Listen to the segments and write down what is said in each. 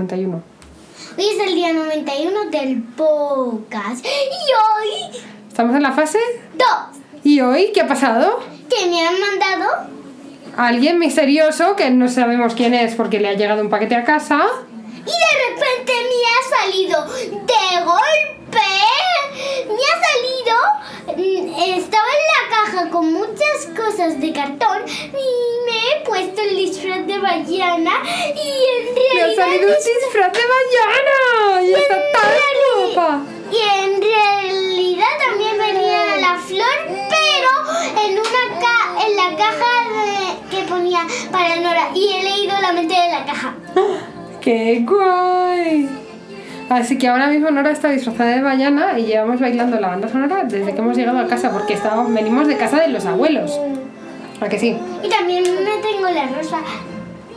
91. Hoy es el día 91 del podcast. Y hoy, Estamos en la fase. dos, ¿Y hoy qué ha pasado? que me han mandado Alguien misterioso que no sabemos quién es porque le ha llegado un paquete a casa. y de repente me ha salido de golpe. Me ha salido, mm, estaba en la caja con muchas cosas de cartón y me he puesto el disfraz de ballena y en ¡Le ha realidad... salido un es- disfraz de mañana! ¡Y está tan guapa! Y en realidad también venía la flor, pero en una ca- en la caja de- que ponía para Nora. Y he leído la mente de la caja. ¡Qué guay! Así que ahora mismo Nora está disfrazada de Bayana y llevamos bailando la banda sonora desde que hemos llegado a casa porque estábamos, venimos de casa de los abuelos. ¿A que sí? Y también me tengo la rosa.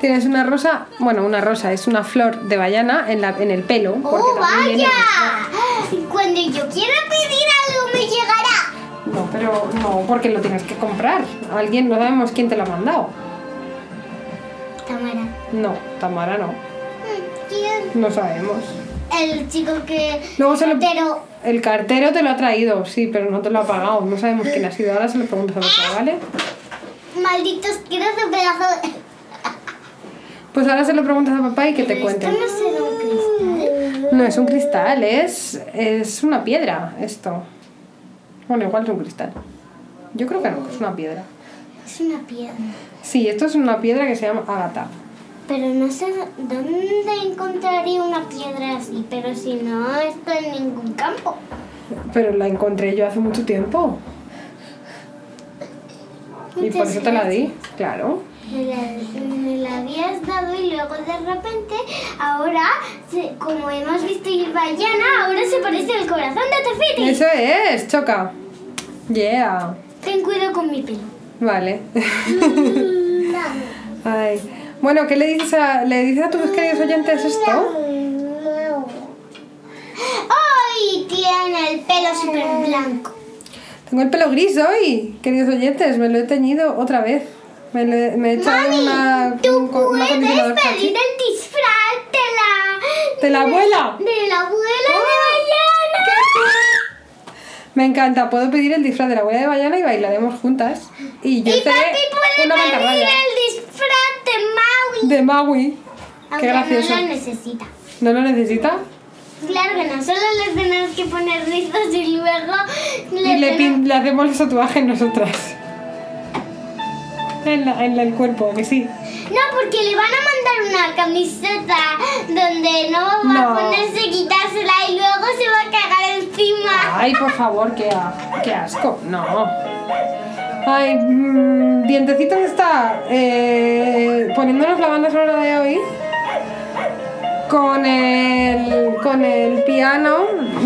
Tienes una rosa, bueno, una rosa, es una flor de Bayana en, la, en el pelo. porque ¡Oh, también vaya! viene- Cuando yo quiera pedir algo me llegará. No, pero no, porque lo tienes que comprar. Alguien, no sabemos quién te lo ha mandado. Tamara. No, Tamara no, Mm, ¿Quién? no sabemos. El chico que... Luego se lo- Pero... El cartero te lo ha traído, sí, pero no te lo ha pagado. No sabemos quién ha sido. Ahora se lo preguntas a Nora, ¿vale? Malditos, quiero ese pedazo de... Pues ahora se lo preguntas a papá y que te Esto cuente. no será un cristal. No es un cristal, es, es una piedra esto. Bueno, igual es un cristal. Yo creo que no, que es una piedra. Es una piedra. Sí, esto es una piedra que se llama Agata. Pero no sé dónde encontraría una piedra así, pero si no está en ningún campo. Pero la encontré yo hace mucho tiempo. Y por eso te la di, claro. Me la, me la habías dado y luego de repente, ahora, se- como hemos visto ir Bayana, ahora se parece al corazón de Tefiti. Eso es, choca. Yeah. Ten cuidado con mi pelo. Vale. Ay. Bueno, ¿qué le dices a, le dices a tus queridos oyentes esto? Hoy tiene el pelo súper blanco. Tengo el pelo gris hoy, queridos oyentes, me lo he teñido otra vez. Me, lo he- me he echado una, Mami, tú un co- un puedes acondicionador pedir chachi. el disfraz de la... ¿De la abuela? Oh, De la abuela de Bayana. Me encanta, puedo pedir el disfraz de la abuela de Bayana y bailaremos juntas. Y yo Y seré papi puede una pedir mantarraya el disfraz de Maui. de Maui. Aunque Qué gracioso. no lo necesita. ¿No lo necesita? Claro que no, solo le tenemos que poner rizos y luego le, Y le, tenemos- pin- le hacemos el tatuaje nosotras. En, la- en la- el cuerpo, ¿a que sí. No, porque le van a mandar una camiseta donde no va No. a ponerse quitársela y luego se va a cagar encima. Ay, por favor, qué, a- qué asco. No. Ay, mm, Dientecitos está eh, poniéndonos la banda sonora de hoy con el, con el piano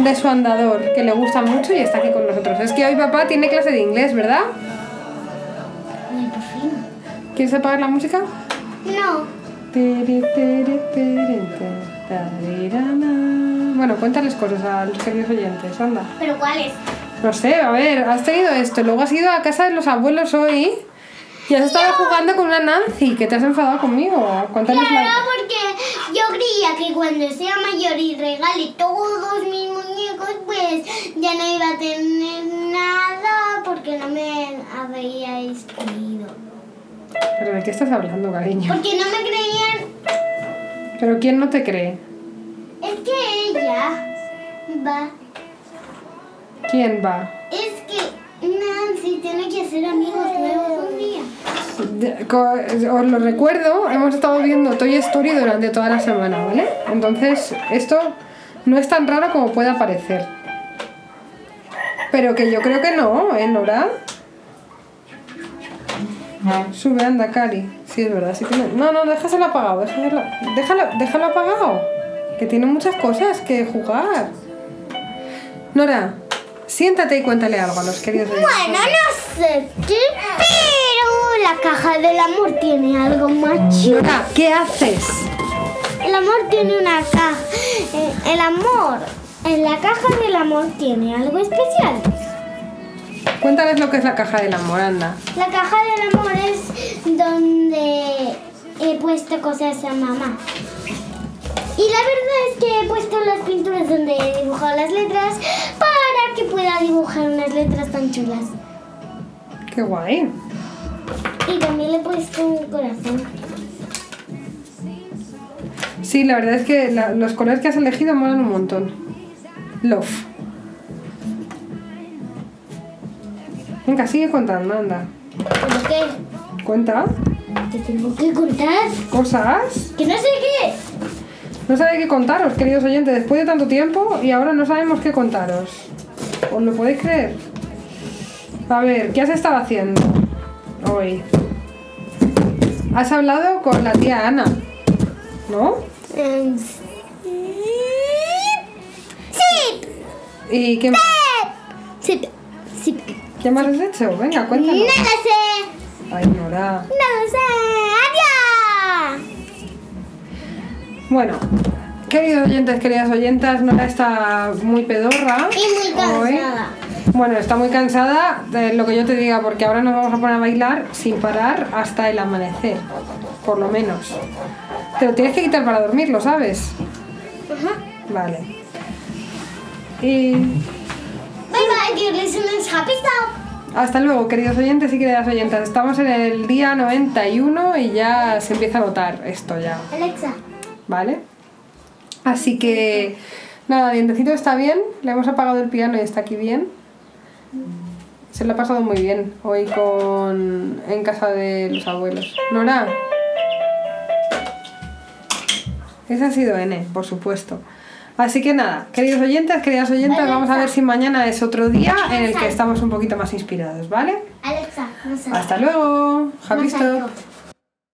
de su andador, que le gusta mucho y está aquí con nosotros. Es que hoy papá tiene clase de inglés, ¿verdad? Ay, por fin. ¿Quieres apagar la música? No. Tere, tere, tere, ta, tarirana. Bueno, cuéntales cosas a los queridos oyentes, anda. ¿Pero cuál es? No sé, a ver, has tenido esto, luego has ido a casa de los abuelos hoy y has estado jugando con una Nancy, que te has enfadado conmigo. Cuéntales Claro, la... porque yo creía que cuando sea mayor y regale todos mis muñecos, pues ya no iba a tener nada porque no me habíais creído. ¿Pero de qué estás hablando, cariño? Porque no me creían. ¿Pero quién no te cree? Es que ella va. ¿Quién va? Es que Nancy tiene que hacer amigos nuevos un día. De- co- Os lo recuerdo, hemos estado viendo Toy Story durante toda la semana, ¿vale? Entonces, esto no es tan raro como pueda parecer. Pero que yo creo que no, ¿eh, Nora? Sube, anda, Cari. Sí, es verdad. Sí tiene... No, no, déjaselo apagado. Déjaselo... Déjalo, déjalo apagado. Que tiene muchas cosas que jugar. Nora, siéntate y cuéntale algo a los queridos. oyentes. Bueno, no sé qué, pero la caja del amor tiene algo más chulo. Nora, ¿qué haces? El amor tiene una caja. eh, El amor. En la caja del amor tiene algo especial. Cuéntales lo que es la caja del amor, anda. La caja del amor es donde he puesto cosas a mamá. Y la verdad es que he puesto las pinturas donde he dibujado las letras para que pueda dibujar unas letras tan chulas. Qué guay. Y también le he puesto un corazón. Sí, la verdad es que la- los colores que has elegido molan un montón. Love. Venga, sigue contando, anda. ¿Pero qué? Cuenta Te tengo que contar. cosas. Que no sé qué. No sabe qué contaros, queridos oyentes, después de tanto tiempo y ahora no sabemos qué contaros. ¿Os lo podéis creer? A ver, ¿qué has estado haciendo hoy? Has hablado con la tía Ana, ¿no? Em, Sí. ¿Y qué, más- Sí. Sí. qué más has hecho? Venga, No cuéntanos. lo sé. Ay, Nora. No lo sé. Adiós. Bueno, queridos oyentes, queridas oyentas, Nora está muy pedorra. Y muy hoy. cansada. Bueno, está muy cansada de lo que yo te diga, porque ahora nos vamos a poner a bailar sin parar hasta el amanecer, por lo menos. Te lo tienes que quitar para dormir, ¿lo sabes? Ajá. Vale. Y Bye bye, dear listeners. Happy stop. hasta luego, queridos oyentes y queridas oyentas. Estamos en el día 91 y ya se empieza a notar esto ya. Alexa. ¿vale? Así que, nada, Dientecito está bien, le hemos apagado el piano y está aquí bien. Se lo ha pasado muy bien hoy con en casa de los abuelos. Nora. Ese ha sido N, por supuesto. Así que nada, queridos oyentes, queridas oyentas, vamos a ver si mañana es otro día en el que estamos un poquito más inspirados, ¿vale? Alexa. No sé. Hasta luego. Happy Más alto. stop.